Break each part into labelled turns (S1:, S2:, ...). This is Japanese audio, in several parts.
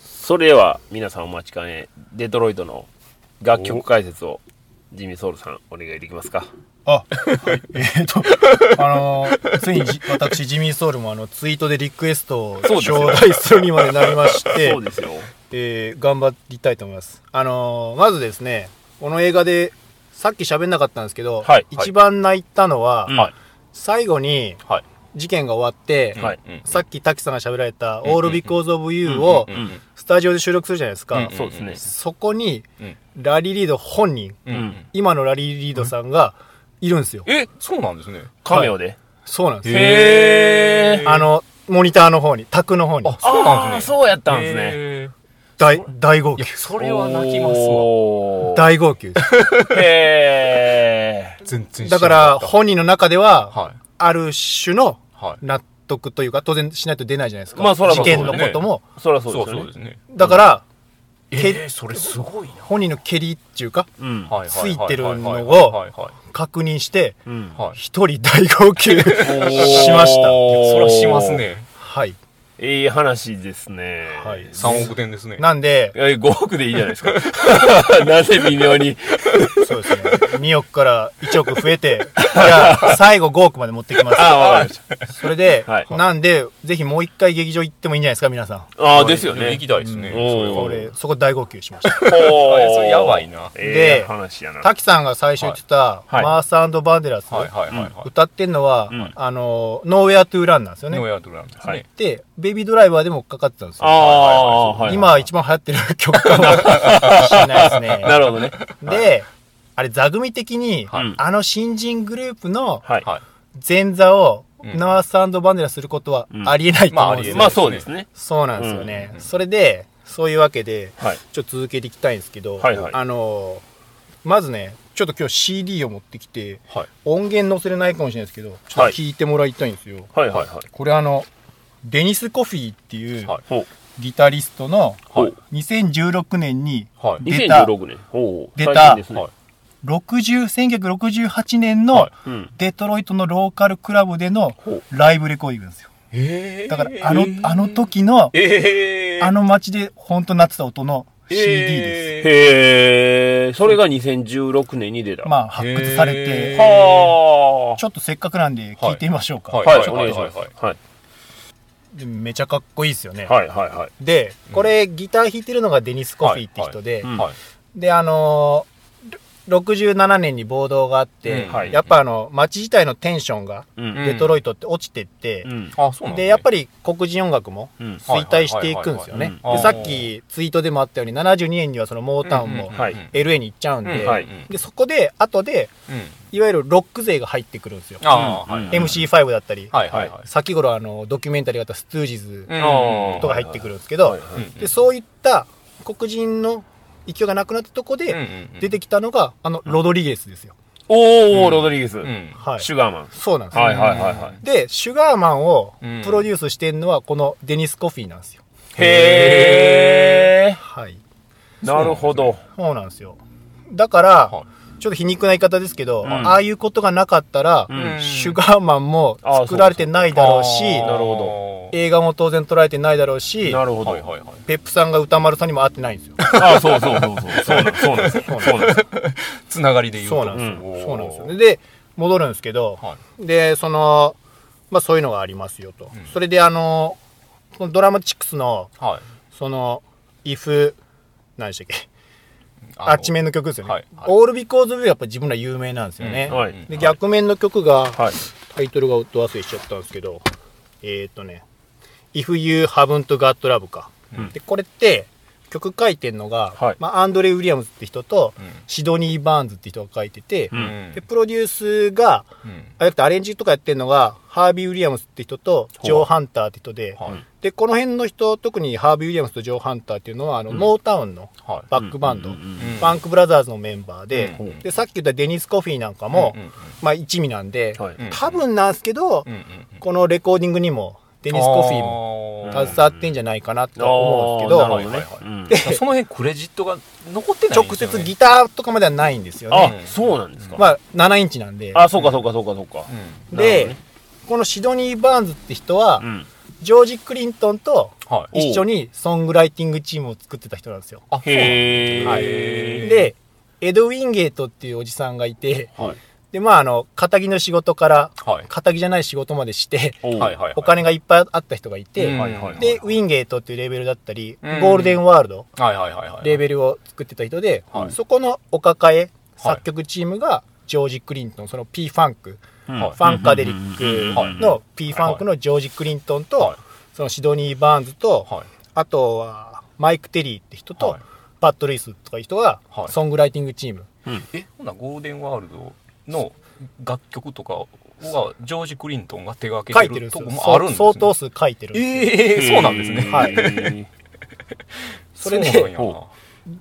S1: それでは皆さんお待ちかねデトロイトの楽曲解説をジミー・ソウルさんお願いできますか
S2: あ、はい、えーっと、あのーついにじ私、ジミー・ソウルもあのツイートでリクエストを
S1: そうですよ
S2: 頂戴するにまでなりまして
S1: そう、ですよ
S2: えー頑張りたいと思います。あのーまずですね、この映画で、さっき喋んなかったんですけど、
S1: はい
S2: 一番泣いたのは、
S3: はい
S2: 最後に
S1: はい
S2: 事件が終わって、
S1: はい
S3: うん
S2: さっき滝さんが喋られた「オール・ビコーズ・オブ・ユー」を
S3: うんうんうん
S2: スタジオで収録するじゃないですか、
S3: うん
S1: そうですね
S2: そこに
S3: うん
S2: ラリー・リード本人、
S3: うんうん
S2: 今のラリー・リードさんがいるんですよ、
S3: え、そうなんですね。
S1: カメオで
S2: そうなんですよ
S3: へー
S2: あのモニターの方に卓の方に
S3: あ、そうなんですね。
S1: そうやったんですね
S3: へ
S2: 大大号
S3: ーい
S2: 泣
S3: や、それは泣きますわ。
S1: おー
S2: 大号 泣です
S1: へ
S3: 全然知
S2: だ
S3: な
S2: から
S3: った
S2: 本人の中では
S3: はい。
S2: ある種の
S3: はい。
S2: 納得というか当然しないと出ないじゃないですか、
S1: まあそらそ
S2: 事
S1: うです
S2: 件
S1: ね
S2: のことも、
S1: ーそりゃそ
S3: そうう
S1: ですよ
S3: そう
S1: ね
S3: ですね。
S2: だからけ
S3: えー、それすごいな。
S2: 本人の蹴りっていうか
S1: うん
S3: は
S2: ついてるのを
S3: はいはいは
S2: 確認して
S1: うん
S3: いはい。はい
S2: 一人大号泣し
S1: し
S2: ました
S3: それはしますね。
S2: はい
S1: いい話ですね
S2: はい
S3: 3億点ですね。
S2: なんで
S1: え5億でいいじゃないですかなぜ微妙に
S2: そうですね。2億から1億増 えて、じゃあ、最後5億まで持ってきま
S1: ああわかりました
S2: す。それで、
S1: はい
S2: なんで、ぜひもう一回劇場行ってもいいんじゃないですか、皆さん。
S1: ああですよね
S3: 行きたいですね。
S1: うん
S3: それ
S1: お
S3: は
S1: ー
S2: 俺、そこ大号泣しました。
S3: あ
S1: あ
S3: れそれやばいな。はい
S1: ええ
S2: で
S1: 話やな
S2: 滝さんが最初言ってた、
S1: はい
S2: マースバンデラス、
S3: はいはいは
S2: 歌ってんのは、
S1: うん
S2: あの、ノーウェアトゥーランなんですよ
S3: い。ノ
S2: ね。
S3: ーヤードランです
S1: は
S3: ね
S1: い。
S2: で、ベイビードライバーでもかかってたんですよ。
S1: ああー、はいはい、
S2: 今一番流行ってる曲かもしれないですね。
S1: なるほどね。
S2: で、あれ、座組的に、
S3: はい
S2: あの新人グループの
S1: はい。
S3: は
S2: 前座を
S3: うん
S2: ナースバンデラすることはありえないと思うんですよ、
S3: うん
S1: まあそうですね。
S2: そうなんですよ
S3: う
S2: ね
S3: ん、うん
S2: それでそういうわけで
S1: はい。
S2: ちょっと続けていきたいんですけど、
S1: はいはい
S2: あのーまずねちょっと今日 CD を持ってきて
S3: い。はい。
S2: 音源載せれないかもしれないですけどちょっと聞いてもらいたいんですよ、
S1: はいはいはい。
S2: これあのデニス・コフィーっていう
S3: はい
S1: ほう。
S2: ギタリストの
S3: はい
S2: 2016年に
S3: はい。
S2: で出た
S1: 2016年。ほう。
S2: 出た
S1: 最近ですね
S3: はい
S2: 60 1968年
S3: は
S2: の
S3: い
S1: うん。
S2: デトロイトのローカルクラブでの
S1: ほ
S2: ライブレコーディングですよ
S3: ええ
S2: だからあの,、あの時の
S3: ええ
S2: あの街で本当なってた音の CD です。
S3: ええ
S1: へえ。それが2016年に出た。
S2: まあ発掘され
S3: へ
S2: て、
S3: ー
S1: は
S2: ちょっとせっかくなんで聞いてみましょうか。
S3: は
S1: あ。はい、
S3: い
S1: お願いします。はい。はい
S2: でめちゃかっこいいですよね。
S1: はいはい。
S2: で、これギター弾いてるのがデニス・コフィーって人で、
S1: はいはい
S3: はい。
S2: で、あのー67年に暴動があって、
S3: うん
S1: はい
S2: やっぱあの街自体のテンションが
S1: うん。
S2: デトロイトって落ちてって、
S1: うん。
S3: あ、そうなん
S2: でやっぱり黒人音楽も
S1: うん。
S2: 衰退していくんですよ
S1: はい
S2: ね
S1: はい
S3: はいはい
S2: でさっきツイートでもあったように72年にはそのモータウン
S3: う
S2: も
S3: ん
S1: はい
S2: LA に行っちゃうんで,、
S3: うん
S1: はい
S2: でそこで後で
S3: うん。
S2: いわゆるロック勢が入ってくるんですよ。
S3: ああ、はい。
S1: うん
S2: MC5 だったり、
S3: はいはいはい。
S2: 先頃あのドキュメンタリーがあったストゥージーズ
S3: うん
S2: とか入ってくるんですけど、
S1: はいはい
S2: でそういった黒人の勢いがなくなったとこで出てきたのがあのロドリゲスですよ。
S1: おー、ロドリゲス
S3: う。ん。
S2: はい、
S1: シュガーマン。
S2: そうなんですよ、
S1: はいはいはいはい。
S2: でシュガーマンを
S3: うん
S2: プロデュースしてるのはこのデニス・コフィーなんですよ。
S1: へえ。
S2: はい、
S1: なるほど。
S2: そうなんですよだから
S3: は
S2: ちょっと皮肉な言い方ですけど、
S1: ん
S2: ああいうことがなかったら、
S1: うん
S2: シュガーマンも作られてないだろうし
S3: あー
S1: なるほ
S3: え
S2: 映画も当然撮られてないだろうし
S1: なるほど。
S3: はいはいはい。
S2: ペップさんが歌丸さんにも会ってないんですよ。
S1: ああ、そうそうそうそう。そうなんです。そうなんです。そうなんです。
S3: つながりで言うと。
S2: そうなんですよ。
S3: おー
S2: そうなんですよ。で、戻るんですけど、
S3: は
S2: で、その、まあそういうのがありますよと。
S3: ん
S2: それで、あの、このドラマチックスの、
S3: い。はい。
S2: その、if、何でしたっけ、
S3: の
S2: あっち面の曲ですよね。
S3: はいはい
S2: オールビコーズビューやっぱ自分ら有名なんですよね。
S1: うんはい
S2: で、逆面の曲が、
S1: はい。
S2: タイトルがうっと忘れしちゃったんですけど、えっ、ー、とね、If You Haven't Got Love か。
S1: うん
S2: で、これって、曲書いてんのが、
S1: はい
S2: まあ、アンドレ・ウィリアムズって人と、
S3: うん
S2: シドニー・バーンズって人が書いてて、
S1: うん
S2: でプロデュースが
S3: うん
S2: あだってアレンジとかやってるのがハービー・ウィリアムスって人とジョー・ハンターって人で,、
S3: はい。
S2: でこの辺の人特にハービー・ウィリアムスとジョー・ハンターっていうのはあの、モータウンの
S3: は
S2: バックバンド、
S1: うんうんうん
S3: うん
S2: バンク・ブラザーズのメンバーで,、
S3: うん
S2: でさっき言ったデニス・コフィーなんかも、
S3: うんうんうん
S2: まあ、一味なんで、
S1: はい
S3: うん
S2: 多分なんですけど、
S3: い。うんうんうん。
S2: このレコーディングにもデニス・コフィーも
S3: も
S2: 携わってんじゃないかなと思うんですけど
S1: あーなるほど
S3: は
S1: ね
S3: いはいはい
S1: うん。
S3: その辺クレジットが残ってないん
S2: 直
S3: ですよね
S2: 接ギターとかまではないんですよね。
S1: あ、そうなんですか。
S2: まあ7インチなんで
S1: あ、そうかそうかそうかそうか。
S3: う
S1: なるほど
S2: で、
S1: ね
S2: このシドニー・バーンズって人は、
S1: うん。
S2: ジョージ・クリントンと
S3: はい。
S2: 一緒にソングライティングチームを作ってた人なんですよ。
S3: あ、そうなんだ
S1: へー
S2: はい、で、エド・ウィンゲートっていうおじさんがいて、
S1: はい
S2: で、まあ、あの、仇の仕事から、
S3: はい。
S2: 仇じゃない仕事までして、
S1: おう
S3: はいはい
S2: お金がいっぱいあった人がいて、
S3: うんはいはいはい
S2: で、ウィンゲートっていうレーベルだったり、
S3: うん
S2: ゴールデンワールド、
S3: はいはいはいはい。
S2: レーベルを作ってた人で、
S3: はい
S2: そこのお抱え、作曲チームが、ジョージ・クリントン、その P ・ファンク、
S1: うん
S3: はい
S2: ファンカデリックの P ・ファンクのジョージ・クリントンと、
S3: はい
S2: そのシドニー・バーンズと、
S3: はい。
S2: あとはマイク・テリーって人と、
S3: はい
S2: パッド・ルイスとかいう人が
S3: はい
S2: ソングライティングチーム、
S3: え、ほな、ゴールデンワールドの楽曲とかは、ジョージ・クリントンが手がけ
S2: 書い
S3: て
S2: てるんで
S3: る
S2: す
S3: と
S2: よ
S3: こもあるんですね
S2: そう相当数書いてるんですよ
S3: ええそうなんです ね。
S2: はい
S1: い。
S2: それで
S3: そうなんやな
S1: お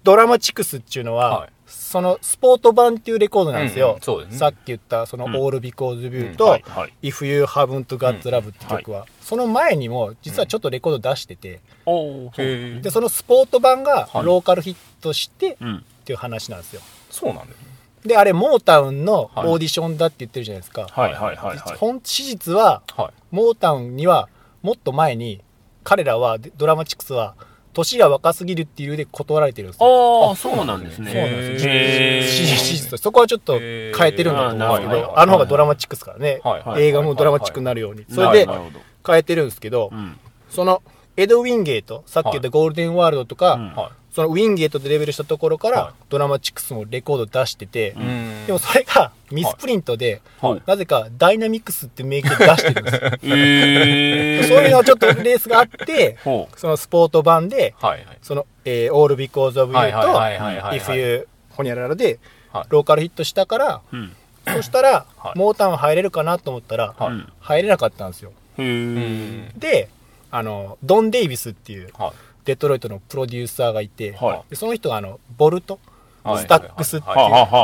S2: ドラマチクスっていうのは、
S3: はい
S2: そのスポート版っていうレコードなんです
S3: うん
S2: よ
S3: う、んそうですね
S2: さっき言ったその
S1: うん
S2: 「オール・ビコーズ・ビュー」
S3: うん
S2: と
S3: はい
S1: はい。
S2: 「If You Haven't Got Love」って曲は、その前にも実はちょっとレコード出してて、
S1: おう
S3: へ
S2: で
S3: え。
S2: そのスポート版が
S3: はい
S2: ローカルヒットしてっ
S1: うん。
S2: ていう話なんですよ
S3: そうなんですね。
S2: であれモータウンの
S3: はい
S2: オーディションだって言ってるじゃないですか、
S1: はいはいはいはい。
S2: 本史実は
S3: はい。
S2: モータウンにはもっと前に彼らはでドラマチックスは年が若すぎるっていう理由で断られてるんですよ。
S1: あ
S3: あ
S1: あ、そうなんです
S2: そ
S1: ね。
S2: うなんですよ
S1: へー
S2: 史史実とそこはちょっと変えてるんだと思うんですけ
S1: へーあーなるほ
S2: ど
S1: ど
S2: あの方がドラマチックスからね
S3: はいはい
S2: 映画もドラマチックになるようにそれで
S1: なるほど。
S2: 変えてるんですけど
S1: うん。
S2: そのエド・ウィンゲートさっき言ったゴールデンワールドと
S1: う
S2: か
S1: ん
S3: は
S2: そのウィンゲートでレベルしたところか
S3: は
S2: ら
S3: い
S2: ドラマチックスもレコード出してて
S3: い。うん
S2: でもそれがミスプリントで
S1: はい
S2: なぜかダイナミクスって名義で出してるんです よ
S1: え
S2: そういうのはちょっとレースがあって
S1: ほう。
S2: そのスポート版で、
S3: はいはい。
S2: その、えー、All Because of You と、
S3: はいはいはいはいはい。
S2: If You ほにゃららで、
S3: はい
S2: ローカルヒットしたから、
S1: うん。
S2: そしたら、
S3: はい
S2: モータウン入れるかなと思ったら、
S3: はい
S1: うん
S2: 入れなかったんですよ。
S1: へ
S3: う
S1: ー
S3: ん。
S2: で、あの、ドン・デイビスっていう、
S3: は
S2: デトロイトのプロデューサーがいて、
S1: はい
S2: でその人があの、ボルト、
S3: はい
S2: スタックスっていう、
S3: は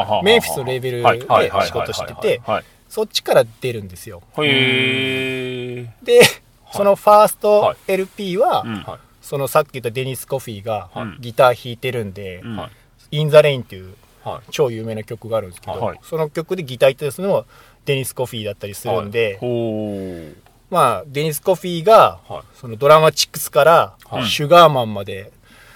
S3: あは
S2: メンフィスのレーベルで
S3: はいはい
S2: 仕事して
S3: はいはい
S2: て、
S1: はい。
S2: そっちから出るんですよ。
S1: へー
S2: で、そのファース
S3: は
S2: ト
S3: い
S2: LP は、
S1: うん
S3: い。はい。
S2: そのさっき言ったデニス・コフィーが
S1: はい
S2: ギター弾いてるんで、
S1: うん
S3: はい
S2: インザレインっていう
S3: は
S2: 超有名な曲があるんですけど、
S1: はい
S2: その曲でギターってするのもデニス・コフィーだったりするんで、
S1: ほう。
S2: まあデニス・コフィーが
S3: い。は
S2: そのドラマチックスから
S3: はい
S2: シュガーマンまで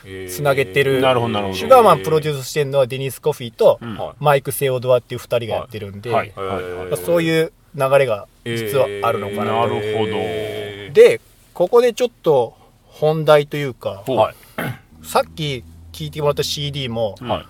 S3: い。
S2: つなげてる、
S1: なるほどなるほど
S2: シュガーマンプロデュ
S3: ー
S2: ースしてるのはデニス・コフィーと
S1: うん
S3: は
S2: マイク・セオドアっていう2人がやってるんで、
S1: はい。
S3: はいはい
S2: まあそういう流れが実はあるのかな
S1: な
S2: と、
S1: るほど
S2: でここでちょっと本題というか
S1: ほう。
S3: はい。
S2: さっき聴いてもらった CD も、
S1: うんはい。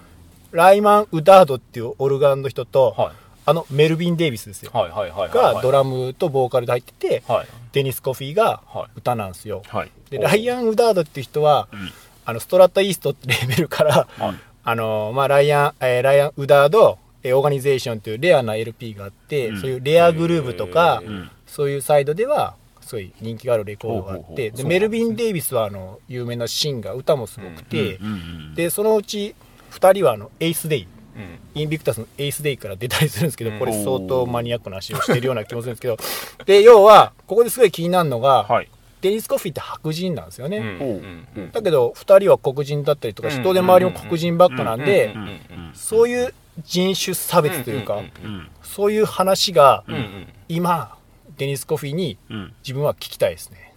S2: ライマン・ウダードっていうオルガンの人と、
S3: はい。
S2: あのメルビン・デイビスですよ、
S3: はいはいはい。
S2: がド
S3: ラ
S2: ラムとボーカルで入ってて、
S3: はい。
S2: デニス・コフィーが
S3: はい
S2: 歌なんですよ、
S1: はい。
S2: で
S3: お
S2: ライアン・ウダードっていう人は、
S1: ん
S2: あのストラッタ・イーストってレーベルから、
S1: はい
S2: あのまあ、ライアン、えーライアン・ウダードえーオーガニゼーションっていうレアな LP があって、
S1: うん
S2: そういうレアグルーブとか、
S3: へー
S1: うん。
S2: そういうサイドではすごい人気があるレコードがあって
S1: ほうほうほうそうなん
S2: でメルビン・デイビスはあの有名なシンガー歌もすごくて、
S1: うんうん。
S2: でそのうち2人はあのエイス・デイ
S3: うん。
S2: インビクタスのエイスデイから出たりするんですけど、
S3: うん
S2: これ相当マニアックな話をしてるような気もするんですけど、で、要は、ここですごい気になるのが、
S1: はい。
S2: デニス・コフィーって白人なんですよね。
S3: うんうん
S2: だけど、二人は黒人だったりとか、
S3: うん
S2: 人で周りも黒人ばっかなんで、
S3: うん
S2: そういう人種差別というか、
S3: う
S1: う
S3: ん
S1: ん。
S2: そういう話が、
S3: うんうん
S2: 今、デニス・コフィーに
S1: うん。
S2: 自分は聞きたいですね。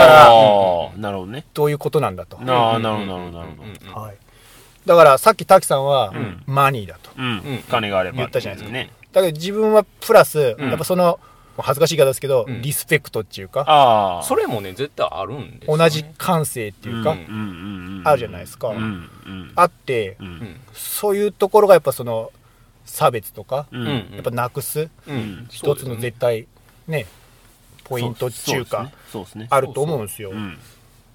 S1: ああ、なるほどね。
S2: どういうことなんだと。
S1: なあ、なるほど、なるほど、なるほど。
S3: ど
S2: はい、だから、さっき滝さんは、
S1: ん
S2: マニーだと。
S1: うん。金があれば。
S2: 言ったじゃないですか
S1: ね。
S2: だけど、自分はプラス、
S3: うん
S2: やっぱその、恥ずかしい言い方ですけど、
S3: うん
S2: リスペクトっていうか、
S1: ああ。
S3: それもね絶対あるんですよね
S2: 同じ感性っていうか、
S3: うん
S2: あるじゃないですか
S1: うんうん
S2: あって、
S1: うん
S3: うん
S2: そういうところがやっぱその差別とか、
S1: うんう
S3: うん
S1: ん
S2: やっぱなくす
S3: うん
S2: 一つの絶対ねポイントっていうか、
S1: そうですね
S2: あると思うんですよ。
S1: うん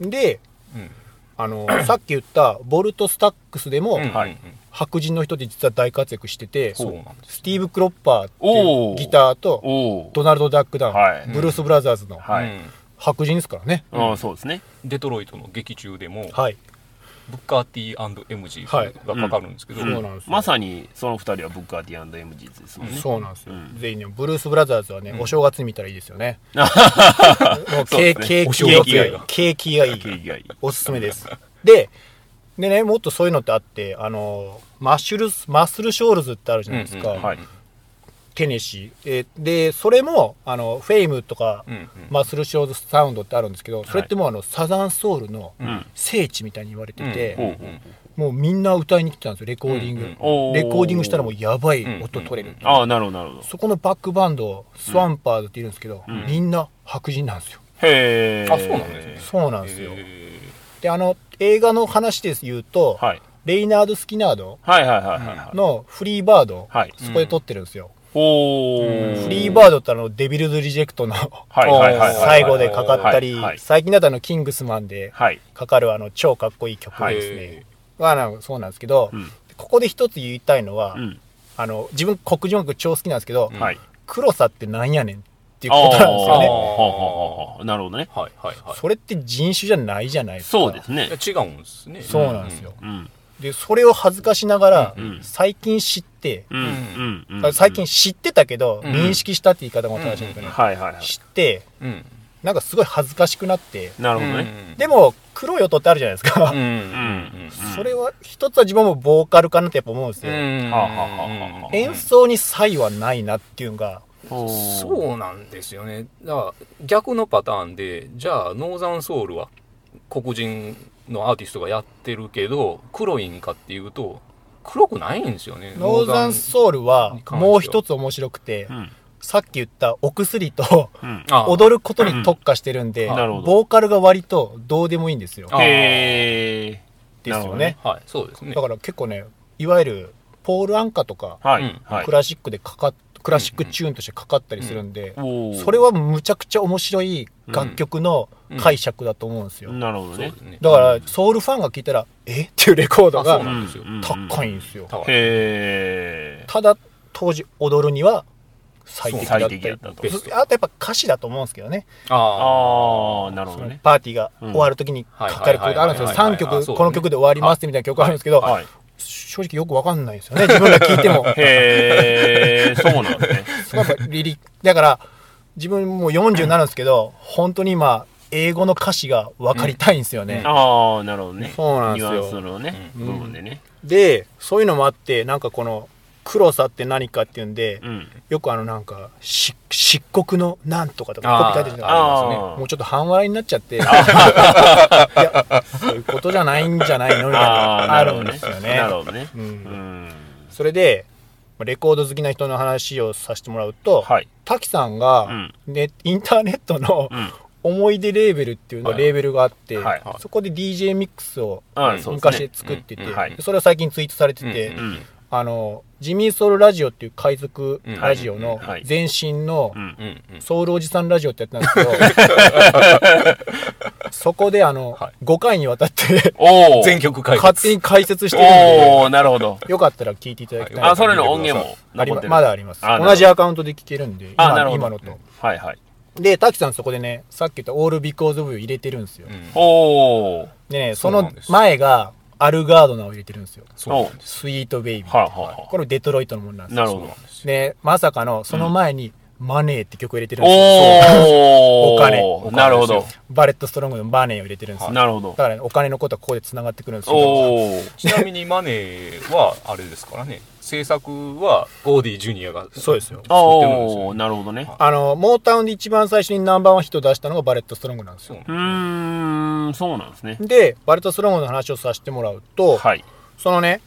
S2: で
S3: うん
S2: あのさっき言ったボルトスタックスでも、
S3: うん
S1: はい
S2: 白人の人って実は大活躍してて
S3: そうなんです
S2: スティーブ・クロッパーってい
S1: おー
S2: うギターと
S1: おお
S2: ドナルド・ダックダウン、
S1: はい
S2: ブルース・ブラザーズの
S1: は
S3: う
S1: い
S3: ん
S2: 白人ですからね。
S1: ああそうですね
S3: デトロイトの劇中でも
S2: はい、
S3: ブッカー T&MG がかかるんですけど
S2: はいそうなんですよ
S1: まさにその二人はブッカーティーエムジーズですもんね
S2: そうなんですよ、
S1: うん
S2: 全員でもブルース・ブラザーズはね、お正月に見たらいいですよねもう
S1: そうで
S2: 景
S1: すね
S2: 景
S3: お
S2: 気がい
S3: 正月
S2: い
S3: やよ
S2: 景気がいい
S1: 景気がいい
S2: おすすめですででねもっとそういうのってあってあのマッシュルスマッスルショールズってあるじゃないですか、
S3: うんうん
S1: はい
S2: テネシー、えーでそれもあのフェイムとか、
S3: うんうん
S2: マッスルショーズサウンドってあるんですけどそれってもうあの、サザンソウルの聖地みたいに言われてて、
S1: うん
S2: もうみんな歌いに来てたんですよレコーディング、
S3: うんうん
S1: おー
S2: レコーディングしたらもうやばい音取れる、
S1: ああなるほどなるほど
S2: そこのバックバンドスワンパーズっているんですけど、みんな白人なんですよ
S1: へえ
S3: あそうなんですね
S2: そうなんですよ、
S3: え
S2: であの映画の話で言うと、
S1: はい
S2: レイナード・スキナード
S1: はいはいはいはいはい
S2: のフリーバード、
S1: はい
S2: そこで撮ってるんですよ、
S1: お
S3: うん
S1: ー
S2: フリーバードってあのデビルズ・リジェクトの
S1: はいはいはいはい
S2: 最後でかかったり、
S1: はいはい
S2: 最近だとあのキングスマンで
S1: はい
S2: かかるあの超かっこいい曲
S1: はい
S2: ですね、
S3: え
S2: まあなんかそうなんですけど、
S1: うん
S2: ここで一つ言いたいのは、
S1: うん
S2: あの自分黒人音楽超好きなんですけど、
S3: うん
S1: はい
S2: 黒さってなんやねんっていうことなんですよ
S1: あー
S2: ね
S1: ほうほうほうほうなるほどね
S3: ーはいはいはい
S2: それって人種じゃないじゃないですか
S1: そうですね
S3: いや違うんですね
S2: そうなんですよ、
S1: うん
S2: でそれを恥ずかしながら、
S1: うん
S2: 最近知って、
S1: うんうんうん
S2: あ最近知ってたけど、
S3: うん
S2: 認識したって言い方も正しいんですよね、
S1: はいはいはい
S2: 知って
S3: うんうん
S2: なんかすごい恥ずかしくなって、
S1: なるほど
S3: うん
S1: ね
S2: でも黒い音ってあるじゃないですか、
S3: うんうん
S2: それは一つは自分もボーカルかなってやっぱ思うんです
S3: う
S2: よ、
S3: ん
S1: はあはあはあはあ
S2: 演奏に差異はないなっていうのが
S1: おー
S3: そうなんですよねだから逆のパターンでじゃあノーザンソウルは黒人のアーティストがやってるけど黒いんかっていうと黒くないんですよね
S2: ノーザンソウルはもう一つ面白くて、
S1: うん
S2: さっき言ったお薬と
S1: うん
S3: あー
S2: 踊ることに特化してるんで、
S1: うんなるほど
S2: ボーカルが割とどうでもいいんですよ。
S3: あ
S1: へえ
S2: ですよね
S3: はいそうですね
S2: だから結構ね、いわゆるポール・アンカとか、
S1: は
S3: う
S1: い
S3: ん
S1: はい
S2: クラシックでかかっクラシックチューンとしてかかったりするんで、
S1: おー
S2: それはむちゃくちゃ面白い楽曲の解釈だと思うんですよ。
S1: なるほど
S3: そう
S1: ね
S3: ですね
S2: だから、ソウルファンが聴いたら、えっていうレコード
S3: あそう
S2: が
S3: なんですよ
S2: 高
S1: い
S2: いんですよ。
S3: 高い
S1: へえ
S2: ただ、当時踊るには最適だ
S1: 最
S2: ったり
S1: 適だったと
S3: ベスト
S2: あとやっぱ歌詞だと思うんですけどね。
S3: あ
S1: ああなるほどね
S2: パーティーが終わるときにかかる曲があるんですよ。
S3: はいはいは
S2: 3
S3: いはいあ
S2: 曲、
S3: そうね
S2: この曲で終わりますってみたいな曲あるんですけど、
S1: はい
S2: 正直よくわかんないんですよね。自分が聴いても。
S1: へえ そうなんですね
S2: そこはやっぱリリだから、自分もう47なんですけど、本当に今、英語の歌詞がわかりたいんですよね。
S1: ああなるほどね
S2: そうなんです
S1: ニ
S2: よ
S1: ュアンスのね
S2: う
S1: 部
S2: ん
S1: 分でね
S2: で、そういうのもあって、なんかこの、黒さって何かっていうんで
S1: う、ん
S2: よくあのなんか、し漆黒のなんとかとかコピ
S3: あー
S2: ー書いてるじゃないですか。
S1: あ
S2: もうちょっと半笑いになっちゃって、いや、そういうことじゃないんじゃないのみたいなの
S1: あ
S2: が
S1: あ
S2: あ
S1: なる
S2: る
S1: ほ
S2: ん
S1: ど
S2: で
S1: ね
S2: すよね。
S1: なるほどね
S2: う、
S1: うんん
S2: それで、まあレコード好きな人の話をさせてもらうと、
S1: はい
S2: 滝さんが、
S1: うん
S2: ね、インターネットの
S1: うん
S2: 思い出レーベルっていうの
S3: はい
S2: レーベルがあって、
S1: はいはい
S2: そこで DJ ミックスを
S1: あ
S3: うん
S1: そうです
S2: 昔
S1: ね
S2: 作ってて、
S1: うんうんはい
S2: それを最近ツイートされてて、
S3: うん
S1: うん
S2: あのジミーソウルラジオっていう海賊ラジオ
S3: うん
S2: の
S1: はい
S2: 前身の
S1: うん
S3: うんうん
S2: ソウルおじさんラジオってやってたんですけ どそこであの、
S3: はい
S2: 5回にわたって
S1: おお
S3: 全曲解
S2: 勝
S3: 決
S2: 手に解説してるんで
S1: おおなるほど
S2: よかったら聞いていただきたいなと
S1: あそれの音源も
S2: あり
S1: 残っ
S2: ま
S1: てる
S2: まだあります
S1: あなるほど
S2: 同じアカウントで聞けるんで
S1: あなるほ
S2: 今
S1: ど
S2: 今のと、
S1: はいはい
S2: で滝さんそこでねさっき言った「オールビコーズ・オブ・入れてるんですよ、
S3: うん
S1: おお
S2: でね
S3: そ
S2: そう
S3: な
S2: の
S3: んです
S2: 前がアルガードナを入れてるんですよ
S3: そうなんです
S2: スイート・ベイビー
S1: はあは
S2: これデトロイトのも
S1: あ
S2: のなんです
S1: な
S2: よ
S1: る
S3: そう
S1: ほ
S3: な
S1: ど
S3: んですよ
S2: でまさかのその前に「マネー」って曲を入れてるんですよそう
S1: おお
S2: お金
S1: なるほ
S3: お
S1: ど
S3: 金です
S2: バレット・ストロングの「マネー」を入れてるんですよだ
S1: なるほど
S2: からねお金のことはここでつながってくるんですけど
S1: おお
S3: ちなみにマネーはあれですからね制作はオーディジュニアが
S2: そうですよ
S3: 作ってるんです
S1: お
S3: よ
S1: おなるほどね
S2: あのモータウンで一番最初にナンバーワンヒットを出したのがバレット・ストロングなんです
S3: そう
S2: よ
S3: なん
S1: う
S3: です
S1: ーんそうなんですね
S2: でバレット・ストロングの話をさせてもらうと、
S1: はい
S2: そのね、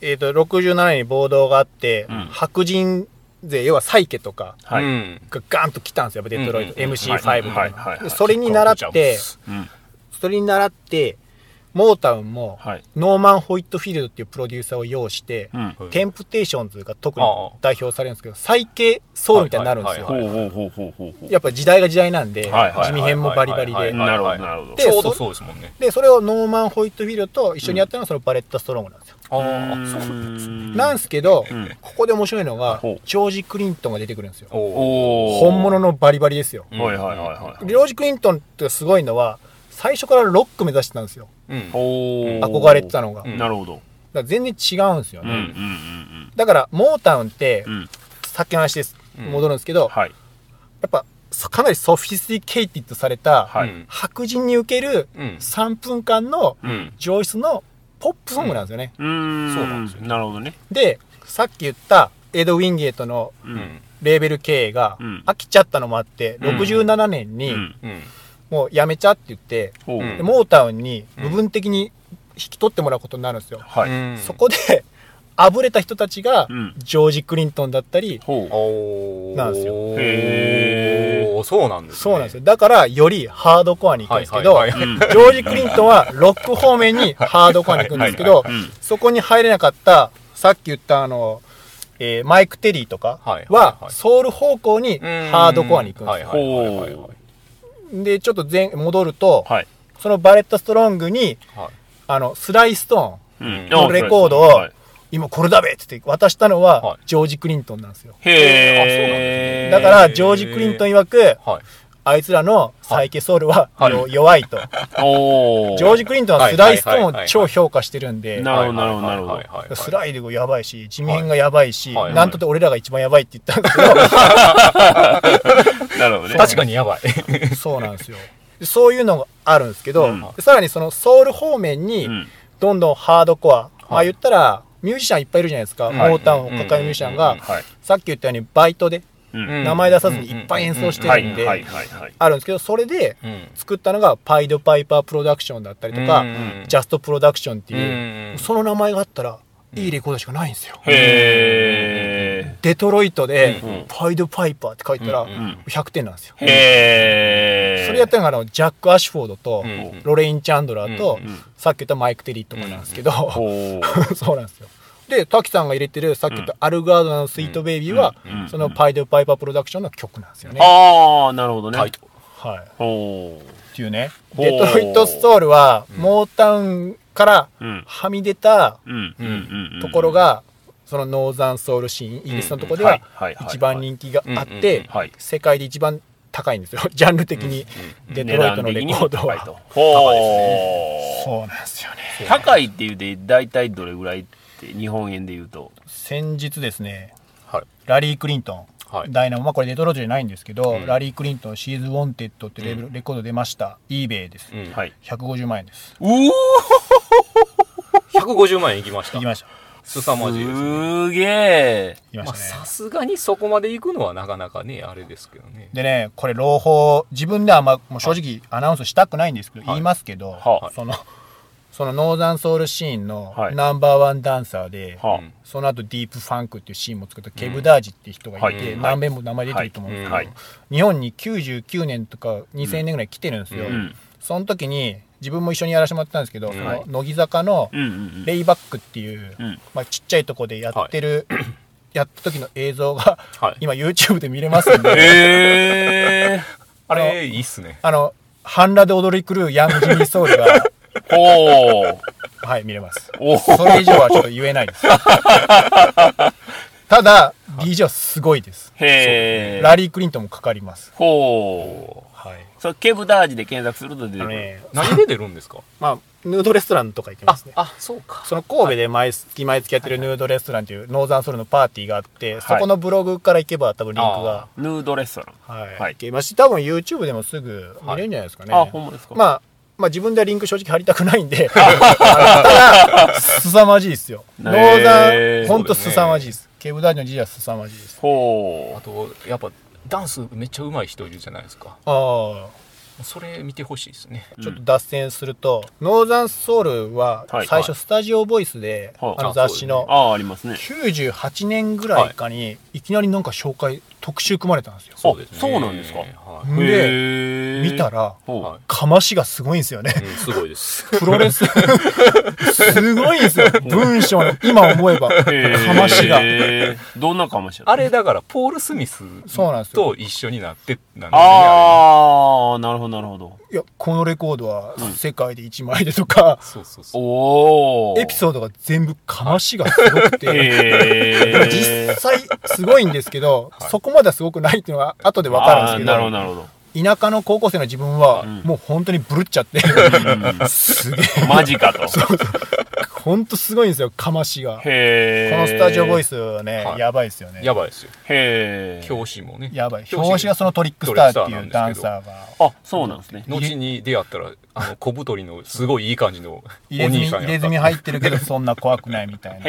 S2: えっ、と、67年に暴動があって、
S1: うん
S2: 白人勢、要はサイケとか
S1: はい
S3: うん
S2: がガンと来たんですよ、やっぱデトロイト、
S3: うんうんうん
S2: MC5
S1: はいはいはいはい
S2: でそれに習って、
S1: うん
S2: それに習って、モータウンも、
S1: はい
S2: ノーマン・ホイットフィールドっていうプロデューサーを擁して、
S1: うん
S3: うん
S2: テンプテーションズが特に
S3: ああ
S2: 代表されるんですけど、最系ソウルみたいになるんですよ。
S3: は
S1: ほ
S3: いう
S1: ほうほうほうほうほう
S2: やっぱ時代が時代なんで、
S1: はいはいはい
S2: 地味編もバリバリ
S3: はい
S2: で
S3: はい
S1: なるほどなるほど
S2: で
S3: ちょうどそうですもんね
S2: で、それをノーマン・ホイットフィールドと一緒にやったのがそのバレッタ・ストロングなんですよ。
S3: あ
S1: う
S3: あそうなんです
S1: ーん
S2: なんですけど、
S1: うん
S2: ここで面白いのが、
S1: ほう
S2: ジョージ・クリントンが出てくるんですよ。
S3: おお
S1: おお
S2: 本物のバリバリですよ。
S3: う
S1: は
S3: ん
S1: いはいはいはい
S2: ジョージ・クリントンってすごいのは、最初からロック目指してたんですよ。
S3: うん
S1: おお
S2: 憧れてたのが。
S3: うん
S2: だか
S1: なるほど
S2: ら全然違うんですよ
S1: うん
S2: ね。
S1: うんうん
S2: だから、モータウンって
S1: う、んうん
S2: さっきの話です。
S3: うん
S2: 戻るんですけど、や
S1: はい
S2: っぱ、そかなりソフィスティケイティッドされた、
S1: はい
S3: うん
S2: 白人に受ける
S3: うん
S2: 3分間の
S1: うん
S2: 上質のポップソングなんですよね。
S1: うーん
S3: そうなんですよ
S1: なるほどね
S2: で、さっき言った、エド・ウィンゲートの
S1: う。
S3: うんん
S2: レーベル経営が
S1: うん
S2: 飽きちゃったのもあって、
S1: うん
S2: 67年
S1: う
S2: に
S1: ん。
S3: うん
S2: もうやめちゃって言って、
S1: ほう
S3: うん
S2: でモータウンに部分的に引き取ってもらうことになるんですよ。
S1: は
S3: う
S1: い。
S3: ん
S2: そこで、あぶれた人たちが
S1: うん、
S2: ジョージ・クリントンだったり、
S1: ほう。
S3: おー
S2: なんですよ
S1: へー
S3: おーそうなんですね
S2: そうなんですよ。だから、よりハードコアに行くんですけど、
S3: はい
S2: ジ
S3: はいはい
S1: うん
S2: ョージ・クリントンはロック方面にハードコアに行くんですけ
S1: は
S2: ど
S1: いはいはいうん、
S2: そこに入れなかった、さっき言ったあの、えーマイク・テリーとか
S3: はいはいは
S2: はいソウル方向に
S3: うん
S2: ハードコアに行くんですよ。
S3: はいはいはいはいはい
S2: で、ちょっと前戻ると、
S1: はい。
S2: そのバレット・ストロングに、
S3: はい
S2: あの、スライストーン、
S1: うん
S3: こ
S2: のレコードを
S1: はい
S2: 今これだべって言って渡したの
S3: は、
S2: はいジョージ・クリントンなんですよ。
S1: へ
S3: へ
S1: え。
S2: だから、ジョージ・クリントン曰く、
S3: はい
S2: あいつらのサイケソウルは
S3: はい
S2: よ弱いと。
S1: おー
S2: ジョージ・クリントンはスライストーンを超評価してるんで、
S1: なるほどなるほどなるほど
S3: はいはいはいはい
S2: スライドがやばいし、地面がやばいし、
S3: はいはい
S2: なんとて俺らが一番やばいって言ったんですけど、
S1: なるほどね。
S3: 確かにやばい。
S2: そうなんですよ。でそういうのがあるんですけど、
S1: うん
S2: でさらにそのソウル方面に
S1: うん
S2: どんどんハードコア、まあ
S3: はい
S2: 言ったらミュージシャンいっぱいいるじゃないですか、
S3: うん
S2: モータウンを抱えるミュージシャン
S3: うん
S2: が
S3: うん、
S1: はい。
S2: さっき言ったようにバイトで
S1: うん
S2: 名前出さずにいっぱい演奏して
S1: は
S2: る
S1: い
S2: んで
S1: はいはいはい。
S2: あるんですけど、それで
S3: うん
S2: 作ったのがパイドパイパープロダクションだったりとか
S3: うんうん、
S2: ジャストプロダクションって
S3: うん
S2: いうう、
S3: ん
S2: その名前があったらいいレコードしかないんですよ。
S1: へ
S2: デトロイトで
S1: うんうん、
S2: パイドパイパーって書いたら
S3: うんうん
S2: 100点なんですよ。
S1: え。へえ。
S2: それやったのがあのジャック・アシュフォードと
S3: うんうん
S2: ロレイン・チャンドラーと
S3: うん
S1: うん
S2: さっき言ったマイク・テリーとかなんですけど
S1: ほう。
S2: そうなんですよで滝さんが入れてるさっき言った「アルガードナのスイート・ベイビー」は
S1: うんうん
S2: そのパイド・パイパー・プロダクションの曲なんですよね
S1: ああ、なるほどね。
S3: タイト
S2: はい
S1: ほ
S2: っていうね
S1: ほう
S2: デトロイト・ストールはモータウンから
S1: う。うん。
S2: はみ出た
S1: うん。うんうん。
S2: ところ、がそのノーザンソウルシーンイギリスのところでは一番人気があっ
S3: うんうん
S2: て
S1: はい
S2: 世界で一番高いんですよ ジャンル的にデトロイトのレコードは
S1: ほう。
S2: そうなんですよね
S1: 高いっていうで、大体どれぐらいって、日本円で言うと。
S2: 先日ですね
S3: はい。
S2: ラリー・クリントン、
S3: はい
S2: ダイナモ、まあ、これデトロイトじゃないんですけど、
S3: ん
S2: ラリー・クリントン、シーズ・ウォンテッドってレベルレコード出ました、eBay です、
S3: うん
S1: はい。
S2: 150万円です。
S1: うお
S3: 150万円いきました。
S2: いきました。
S3: 凄まじいですね。
S1: すげえ。
S2: いきま
S3: まあ、
S2: したね
S3: さ。すがにそこまで行くのはなかなかね、あれですけどね。
S2: でね、これ、朗報、自分では、まあ、もう正直アナウンスしたくないんですけど、言いますけど、
S1: はあ
S2: その、そのノーザンソウルシーンの
S1: はい
S2: ナンバーワンダンサーで、
S1: は
S3: うん
S2: その後ディープファンクっていうシーンも作ったケブダージっていう人がいて、
S1: はい
S2: 何遍も名前出てると思うんですけど、
S1: はい
S2: 日本に99年とか2000年ぐらい来てるんですよ、
S1: うん
S2: その時に自分も一緒にやらせてもらってたんですけど、そ
S1: はい
S2: の乃木坂の
S1: うんうん
S2: レイバックっていう、
S1: うん。
S2: まあ、ちっちゃいとこでやってる、やった時の映像が、
S3: はい
S2: 今 YouTube で見れますんで、
S1: ええ。
S3: あれ、いいっすね。
S2: あの半裸で踊り狂うヤングジミーソウル が
S1: ほう。
S2: はい見れます
S1: お
S2: それ以上はちょっと言えないです ただ DJ はすごいです
S1: へえ。
S2: ラリー・クリントンもかかります。
S1: ほう。
S2: はい。
S1: そう、ケブダージで検索すると出て
S2: あの
S1: くる。
S2: ね、
S3: 何で出るんですか
S2: まあ、ヌードレストランとか行きますね。
S3: あ、そうか。
S2: その神戸で毎月毎月やってるヌードレストランというノーザンソウルのパーティーがあって、そこのブログから行けば多分リンクが、
S1: ヌードレストラン。
S2: はい。
S1: はい
S2: 行けますし、多分 YouTube でもすぐ見れるんじゃないですかね。
S1: あ、ほんまですか。
S2: まあ、まあ自分ではリンク正直貼りたくないん で、ただ、凄まじいですよ。
S1: へー
S2: ノーザン、
S1: そう
S2: ほんと凄まじいです。ケブダージの字は凄まじいです。
S1: ほ
S3: あと、やっぱ、ダンスめっちゃ上手い人いるじゃないですか。
S2: ああ。
S3: それ見てほしいですね。
S2: ちょっと脱線すると、ノーザンソウルは
S1: はい
S2: 最初スタジオボイスで、
S1: はい
S2: あの雑誌
S1: う。
S2: の
S1: ああ、ありますね。
S2: 98年ぐらいかにいきなりなんか紹介特集組まれたんですよ、
S1: そうですねそうなんですか
S3: は
S2: んで
S1: へえ。
S2: 見た。ら
S1: ほう。
S3: は
S2: かましがすごいんですよ ね
S3: い。うん、すごいです。
S2: プロレス すごいんですよ文章の今思えば
S1: へー
S2: かましが
S1: どんなかましだった
S3: あれだから、ポール・スミス
S2: そうなんですよ
S3: と一緒になって、なんですねあ
S1: ああ、なるほど、なるほど。
S2: いやこのレコードは世界で1枚でとか
S3: れ、そうそうそう。
S1: おお。
S2: エピソードが全部かましがすごくて
S1: へえ。
S2: 実際すごいんですけど、そこまではすごくないっていうのは後で分かるんですけど
S1: あーなるほど、なるほど。
S2: 田舎の高校生の自分は、
S1: ん
S2: もう本当にブルっちゃって、すげえ、
S1: マジ かと。
S2: 本当すごいんですよ、かましが。こ
S1: へー
S2: のスタジオボイスはね、
S3: はい
S2: やばいですよね。
S3: やばいですよ。
S1: へえ。
S3: 教師もね。
S2: やばい。
S3: 教師
S2: 表紙がそのトリックスターっていうダンサーが、
S1: あ、そうなんですね。
S3: 後に出会ったら、あの、小太りのすごいいい感じのお
S2: 入れ
S3: 兄
S2: 墨
S3: さん
S2: 入
S3: や
S2: れ
S3: った。
S2: 墨入ってるけど、そんな怖くないみたいな。
S1: へ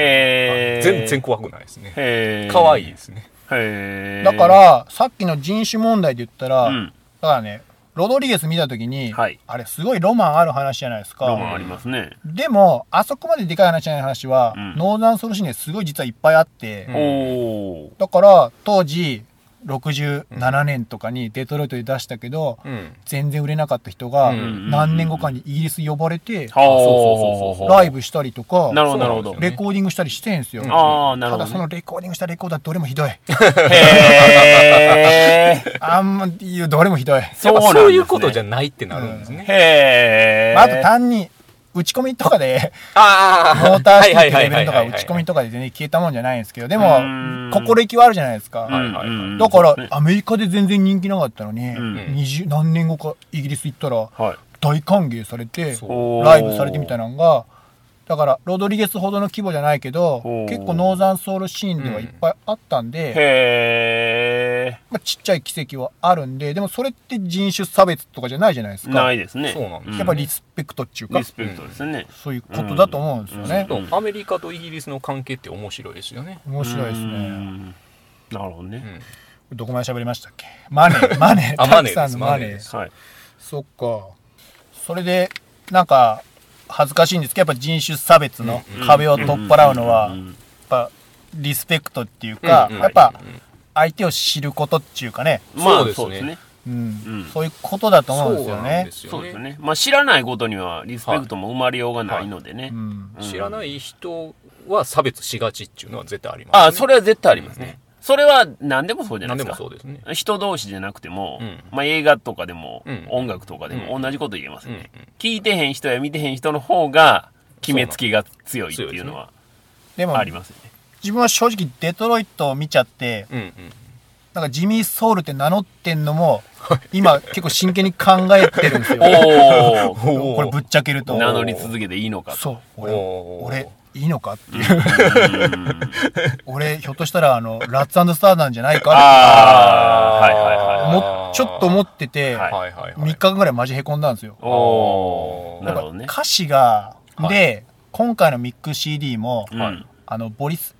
S1: え。
S3: 全然怖くないですね。
S1: へえ。
S3: 可愛いですね。
S1: へえ。
S2: だか、ら、さっきの人種問題で言ったら、
S1: うん
S2: だからね、ロドリゲス見たときに、
S1: はい
S2: あれ、すごいロマンある話じゃないです
S1: ロマン
S2: か。
S1: ありますね。
S2: でも、あそこまででかい話じゃない話は、
S1: うん
S2: ノーザンソウルシーンですごい実はいっぱいあって、
S3: うん
S1: おお。
S2: だから、当時、67年とかにデトロイトで出したけど、
S3: うん。
S2: 全然売れなかった人が、
S3: うん
S2: 何年後かにイギリス呼ばれて、
S1: はあ、
S3: そうそうそうそう
S2: ライブしたりとか、
S1: なるほど、なるほ
S3: そう
S1: ど
S3: なん。です
S2: レコーディングしたりしてんすよ。
S3: うん
S1: ああ、なるほ
S2: ただ
S1: ど
S2: その
S1: ね。
S2: レコーディングしたレコードはどれもひどい。
S1: へ え。
S2: あんま言う、どれもひどい。
S1: そ
S3: や
S1: う
S3: っ
S1: なんで
S3: ぱ
S1: すね
S3: そういうことじゃないってなるんですね。
S1: へえ。
S2: まあ、あと単に打ち込みとかで
S3: ああ
S2: モーター式ってレベルとか
S3: はいはいはいはいはい
S2: 打ち込みとかで全然消えたもんじゃないんですけどで
S1: う
S2: も
S1: ーん
S2: 心意気はあるじゃないですか、
S1: うんうん
S3: はい
S1: うん
S2: だから、
S1: そうですね
S2: アメリカで全然人気なかったのに、
S1: ん
S2: 20何年後かイギリス行ったら
S1: はい。
S2: 大歓迎されて
S3: そう
S1: おー
S2: ライブされてみたいなのがだからロドリゲスほどの規模じゃないけど
S1: おー
S2: 結構ノーザンソウルシーンではいっぱいあったんで、
S1: へ
S2: まあ、ちっちゃい奇跡はあるんででもそれって人種差別とかじゃないじゃないです
S1: え。
S2: か
S1: ないですね。
S3: そうなんです
S2: やっぱリスペクトっていう
S1: うん
S2: か
S1: リスペクトですね。
S2: そういうことだと思うんですよね、
S1: うん
S3: アメリカとイギリスの関係って面白いですよね。
S2: 面白いです
S1: う
S2: ね。
S1: ん。なるほど
S3: う
S1: ね。
S3: ん。
S2: どこまで喋りましたっけマネー、マネー、
S3: あ
S2: たくさんのマ
S3: マ
S2: ネ
S3: ネ
S2: ー
S3: ーです
S1: はい。
S2: そっか。それで、なんか、恥ずかしいんですけど、やっぱ人種差別の壁を取っ払うのは、
S1: う
S2: やっ
S1: ん
S2: ぱリスペクトっていうか、
S3: うんうん
S2: やっぱ相手を知ることっていうかね、
S1: ま
S3: そう
S1: あ、
S3: ですね
S1: そうですね。
S2: うん
S1: うん
S2: そういうことだと思うんです
S3: そう
S2: よ
S3: なん
S2: ね
S3: で。す
S1: そ
S3: よ
S1: うです
S3: ね。
S1: ね。まあ、知らないことにはリスペクトも生まれようがないのでね。
S2: うん
S1: うん
S3: 知らない人は差別しがちっていうのは絶対あります、ね。
S1: ああ、それは絶対ありますね。それは何でもそうじゃない
S3: 何
S1: で
S3: ですも
S1: か
S3: そ。うですね。
S1: 人同士じゃなくても、
S3: うん
S1: まあ映画とかでも、
S3: うん
S1: 音楽とかでも
S3: うん
S1: 同じこと言えます
S3: うん
S1: よね、聞いてへん人や見てへん人の方が決めつきが強いっていうのは
S2: でも
S1: あ、りますよね
S2: 自分は正直デトロイトを見ちゃって、
S3: うんうん。
S2: なんかジミー・ソウルって名乗ってんのも、今結構真剣に考えてるんです よ。
S1: お ー
S2: これぶっちゃけると。
S1: 名乗り続けていいのかと
S2: そう俺
S3: おー
S2: 俺いいのかっ ていう俺ひょっとしたらあのラッツスターなんじゃない か
S1: ああはいはい
S2: って
S1: は
S2: もちょっと思ってて、
S1: はい
S3: はいはいは
S2: 3
S3: い。
S2: 日間ぐらいマジへこんだんですよ
S1: いおーなるほどね
S2: 歌詞が、
S3: はい
S2: で今回のミック CD も、
S1: うん
S3: はい
S2: あのボリス・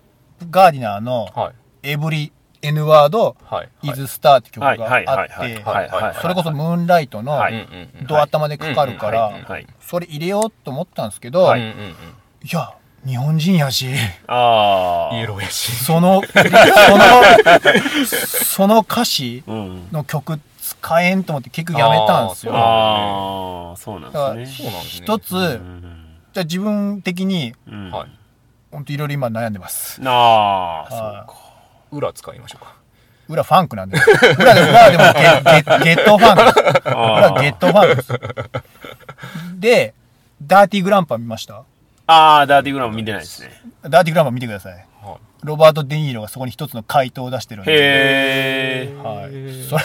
S2: ガーディナーの
S3: はい。
S2: 「エブリ・ N ワード・
S3: はい。
S2: イズ・スター」って曲
S1: はい
S2: が
S1: はい
S2: あ
S1: は
S2: っ
S1: いはい
S2: て
S1: はいはい
S2: それこそ「ムーンライト」の
S1: は
S3: うんう
S1: い
S3: んうん。
S2: ドア頭でかかるから、
S3: はいうんうん
S1: はい
S2: それ入れようと思ったんですけど、、
S1: はい
S3: うんうんうん。
S2: や日本人やし
S1: あ
S3: イエ
S1: あ
S3: ローやし。
S2: その、その、その歌詞
S1: うん
S2: の曲使えんと思って結局やめたんですよ。
S3: あ
S2: だ
S1: ああそうな
S2: か
S1: ん
S2: ら、
S1: ですね
S3: そうなんですね
S2: 一つ、
S1: う
S2: じ
S1: ん
S2: ゃあ自分的に、
S1: うん
S3: はい。
S2: 本当いろいろ今悩んでます。
S1: なあそう
S2: は
S3: 裏使いましょうか。
S2: い裏ファンクなんで。裏で、裏でもゲゲゲットファンク。裏
S1: あ
S2: ゲッ
S1: ー
S2: トファンクです。で、ダーティーグランパ見ました
S1: あーダーティーグラム見てないですね
S2: ダーティーグランパ見てください。
S3: は
S2: ロバート・デ・ニーロがそこに一つの回答を出してるんで。
S1: へえ
S2: はい、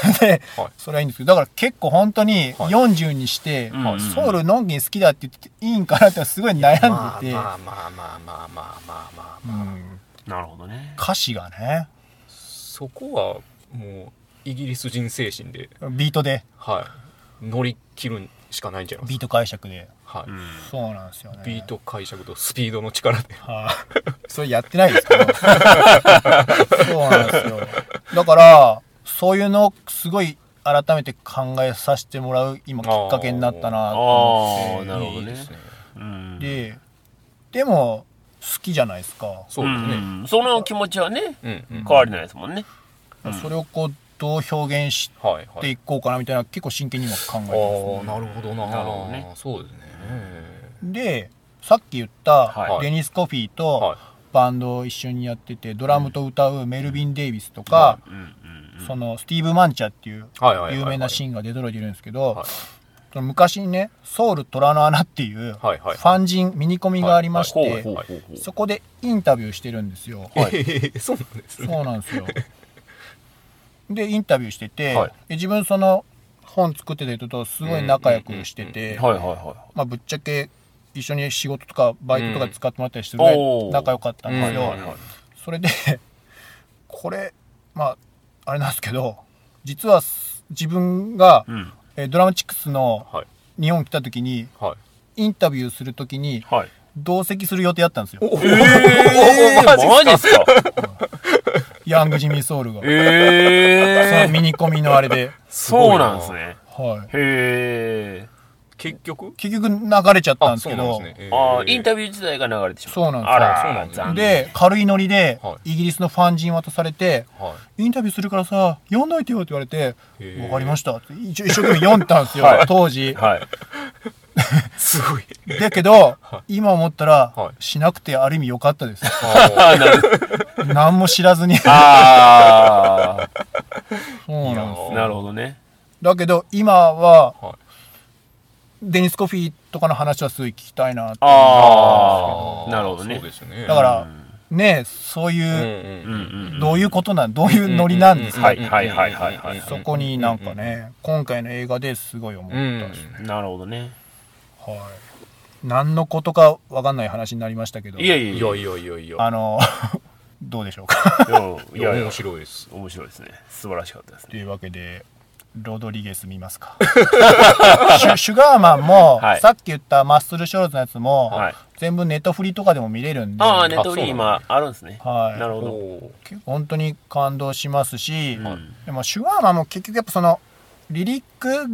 S2: それで、
S3: はい
S2: それはいいんですけどだから結構本当に
S3: はい
S2: 40にして、
S1: はい
S2: ソウルのんきに好きだって言っていいんかなってすごい悩
S3: い。ま
S2: ん
S3: あ
S2: でて、
S3: まあまあまあまあまあまあまあまあ。
S2: うん、
S1: なるほどね
S2: 歌詞がね
S3: そこはもうイギリス人精神で、
S2: ビートで
S3: はい。乗り切るしかないんじゃないで
S2: ビー
S3: すか。
S2: ト解釈で
S3: はい。
S2: そうなんですよね
S3: ビート解釈とスピードの力で。
S2: はい、それやってないですけどそうなんですよだからそういうのをすごい改めて考えさせてもらう今きっかけになったなと
S1: ああなるほど
S3: いい
S1: ね
S3: ですね。
S1: うん
S2: 思ってでも好きじゃないですか
S3: そうですね。
S1: んその気持ちはね
S3: うんう
S1: 変
S3: ん。
S1: わりないですもんね
S2: それをこうどう表現し
S3: はいは
S2: て
S3: い。
S2: いこうかなみたいな結構真剣に今考え
S3: ああ
S2: て
S3: ー、なるほどな。
S1: なるほどね
S3: そうですね。
S2: ますでさっき言った
S1: はい
S2: デニス・コフィー
S3: は
S2: と
S3: い。
S2: バンドを一緒にやっててドラムと歌うメルビン・デイビスとか
S1: うんうん
S2: そのスティーブ・マンチャっていう
S3: はいはいはいはい
S2: 有名なシーンが出てるいるんですけ
S3: は
S2: ど
S3: い
S2: その昔にね「ソウル虎の穴」っていうフ
S3: はいはい
S2: ァン人ミニコミがありまし
S1: ほう
S2: て
S1: ほうほうほう
S2: そこでインタビューしてるんですよ。
S3: ええそうなんですね。
S2: そうなんですよ。でインタビューしてて、
S3: はい
S2: で自分その本作ってた人とすごい仲良くしてて、
S1: はいはいは
S2: まあ、ぶっちゃけ一緒に仕事とかバイトとか使ってもらったりしてるぐら
S1: うん
S2: い仲良かったんで
S1: い。
S2: すけ
S3: うん
S2: ど、
S1: はいはい
S2: それで これまああれなんですけど実はす自分が、
S1: うん。
S2: えードラマチックスの
S3: はい
S2: 日本来た時に
S3: はい
S2: インタビューする時に
S1: はい。
S2: 同席する予定だったんですよ
S3: お
S1: え
S3: お
S1: ー、マジっすか
S2: ヤングジミーソウルが、そ
S1: えー、
S2: のミニコミのあれで、
S1: そうなんですね。
S2: はい、
S1: へえ。
S3: 結局
S2: 結局流れちゃったん
S3: あ
S2: です
S3: そう
S2: け
S3: なんで
S2: ど
S3: すね
S1: ああ、イン
S3: ビ
S1: タビュー自体が流れてしま
S2: そうなんですよ
S1: あら、
S3: そうなんですね
S1: 残念。
S2: で軽いノリで
S3: は
S2: イギリスのファン人渡されて
S3: ューは
S2: 「
S3: い
S2: インタビューするからさ読んどいてよ」って言われて「
S3: へー
S2: わかりました」って一一生懸命読んだんですよ、
S1: はい
S2: 当時
S1: はい。
S3: すごい
S2: だけど今思ったら、
S3: はい
S2: しなくてある意味良かったです
S1: あーなる
S2: 何も知らずにそう
S1: あ
S2: なんです
S1: あ、なるほどね。
S2: だけど今は、
S3: はい
S2: デニス・コフィーとかの話はすごい聞きたいなって
S1: ああ、なるほどね
S3: そう。ですね
S2: だから
S1: う
S2: ねえそういうう、
S3: ん
S1: んうんうん
S2: どういうことなんどういうノリなんですか、
S1: はいはいはいはいはい
S2: そこになんかね、今回の映画ですごい思ったんですよ、
S1: なるほどね。
S2: はい何のことかわかんない話になりましたけど
S1: いや
S3: い
S1: いや
S3: や
S1: い
S3: い
S1: や
S3: やいやいや
S2: あの どうでしょうか
S1: うんい
S3: いや
S1: やいや
S3: 面、白いです
S1: 面白いですね。素晴らしかったです
S2: と
S1: ね。
S2: いうわけでロドリゲス見ま すかシュシュガーマンも、
S1: はい
S2: さっき言ったマッスルショルツのやつも、
S1: はい
S2: 全部ネットフリとかでも見れるんで
S1: ああ、ネッ
S3: ね
S1: トフリー今あるんですね。
S2: はい
S1: なるほど。
S3: お
S2: 本当に感動しますし、
S1: うん
S2: でもシュガーマンも結局やっぱそのリリック
S1: は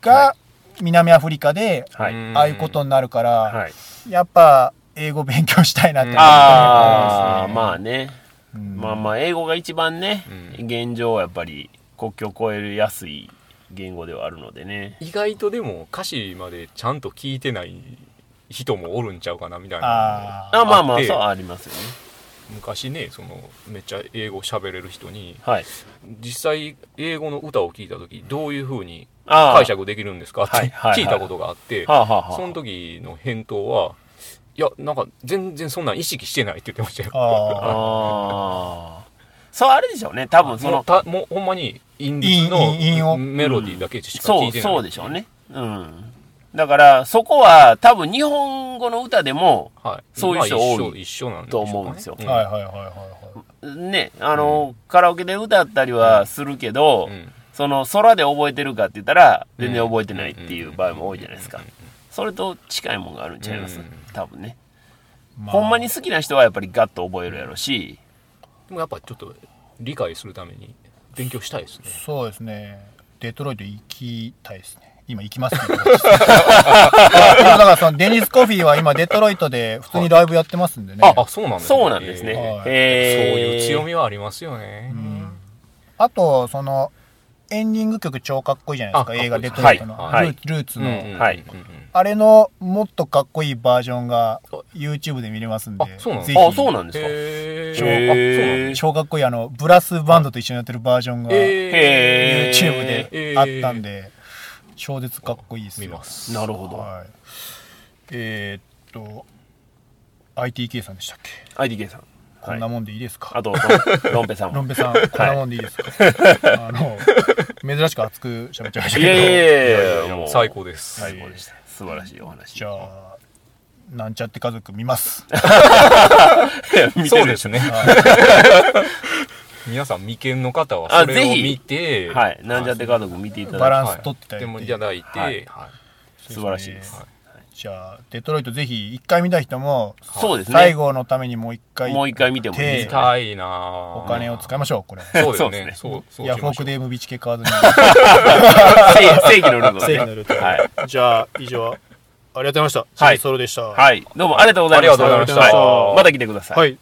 S2: が南アフリカで、
S1: はい。
S3: うん
S2: ああいうことになるから、
S1: はい。
S2: やっぱ英語勉強したいなって
S1: ああ、
S2: ね
S1: まあね。まあまあ、英語が一番ね、
S3: う
S1: 現状はやっぱり国境を越えやすい言語ではあるのでね。
S3: 意外とでも歌詞までちゃんと聞いてない人もおるんちゃうかなみたいな
S2: あ
S1: あまあま
S3: あっ
S1: あ、
S3: て
S1: そうありますよね。
S3: 昔ねそのめっちゃ英語喋れる人に
S1: はい。
S3: 実際英語の歌を聞いた時どういうふうに
S1: ああ。
S3: 解釈できるんですかっ
S1: はい
S3: て
S1: はいはい
S3: 聞いたことがあって
S1: はあはあはあ。
S3: その時の返答はいやなんか全然そんなん意識してないって言ってましたよ
S2: ああ
S1: ああ。そう、あれでしょうね。多分そ
S3: もう
S1: の、
S3: たもうほんまにインディ
S2: 韻韻韻
S3: の
S2: を
S3: メロディーだけしか
S1: そ、
S3: 聞いうてない、
S1: そうでしょうね。うん。だから、そこは多分日本語の歌でも、
S3: はい、
S1: そういう人多い
S3: まあ一緒一緒なんでし
S1: と
S3: ょうかね
S1: 思うんですよ
S3: う
S2: はいはいはいはいはい
S1: ね、あの、カラオケで歌ったりはするけど、
S3: うん
S1: その、空で覚えてるかって言ったら、全然覚えてないっていう場合も多いじゃないですか。それと近いもんがあるんちゃいます、
S3: うん
S1: 多分ね。
S2: まあ
S1: ほんまに好きな人はやっぱりガッと覚えるやろし、
S3: でもやっぱちょっと理解するために勉強したいですね
S2: そうですねデトロイト行きたいですね今行きますけ どいやだからそのデニス・コフィーは今デトロイトで普通にライブやってますんでね、
S3: あそうなんですね
S1: そうなんですね。
S2: はい
S1: へ
S3: そう
S1: ー
S3: いう強みはありますよね、
S2: あとそのエンディング曲超かっこいいじゃないですか
S3: あ
S2: 映画「デトロイトの」
S1: はい
S2: ルールーツ
S3: うん
S2: の、
S3: うん
S1: はい
S3: うんうん
S2: あれのもっとかっこいいバージョンが YouTube で見れますんで
S3: あそうなん
S2: ぜ
S3: です
S2: ひ
S3: ね
S1: あ、そうなんですか。
S3: へー
S1: そうへー
S3: あ
S2: 超かっこいいあのブラスバンドと一緒にやってるバージョンが
S3: そうなんですね
S1: へ
S3: へ
S1: ー
S2: YouTube であったんで超絶かっこいいです
S3: ー見
S2: よ
S3: ます
S1: なるほど。
S2: はい、えーっと ITK さんでしたっけ
S1: IDK さん。
S2: こんなもんでいいですか、
S1: あと、ロンロンペさん
S2: ロ
S1: も。
S2: ンベさんこんなもんでい いですか、あの珍しく熱く喋っちゃいました
S1: い
S2: け
S1: や
S2: ど
S1: いやいや、もう
S3: 最高です、
S1: 最高でした。素晴らしいお話。
S2: じゃあなんちゃって家族見ます
S1: 見て
S3: そう
S1: る
S3: ですね皆さん未見の方は
S1: あ
S3: それを
S1: ぜひ
S3: 見て
S1: はい。なんちゃって家族見ていた
S2: バラ
S1: だ
S2: ン
S1: い
S2: ス取ってた
S3: はい
S2: よ
S3: でもいただいて、
S1: はい
S3: はい
S1: て、素晴らしいです。
S3: は
S2: じゃあデトロイトぜひ一回見た人も
S1: そうですね。
S2: 最後のためにもう一回
S1: もう一回見てもいいです
S3: 見
S1: ね
S3: たいなぁ
S2: お金を使いましょうこれ
S3: そうです
S1: そうで
S3: ね。
S1: す
S3: そう、そうしましょう
S2: ヤフオクで MB チケ買わずに
S1: 正正義のルート
S2: 正義
S1: ね。
S2: のルートで
S1: はい。
S2: じゃあ以上ありがとうございました
S1: はい
S2: ソロでした
S1: はい。どうもありがとうございました。
S3: ありがとうございました
S1: はいまた来てください。
S2: はい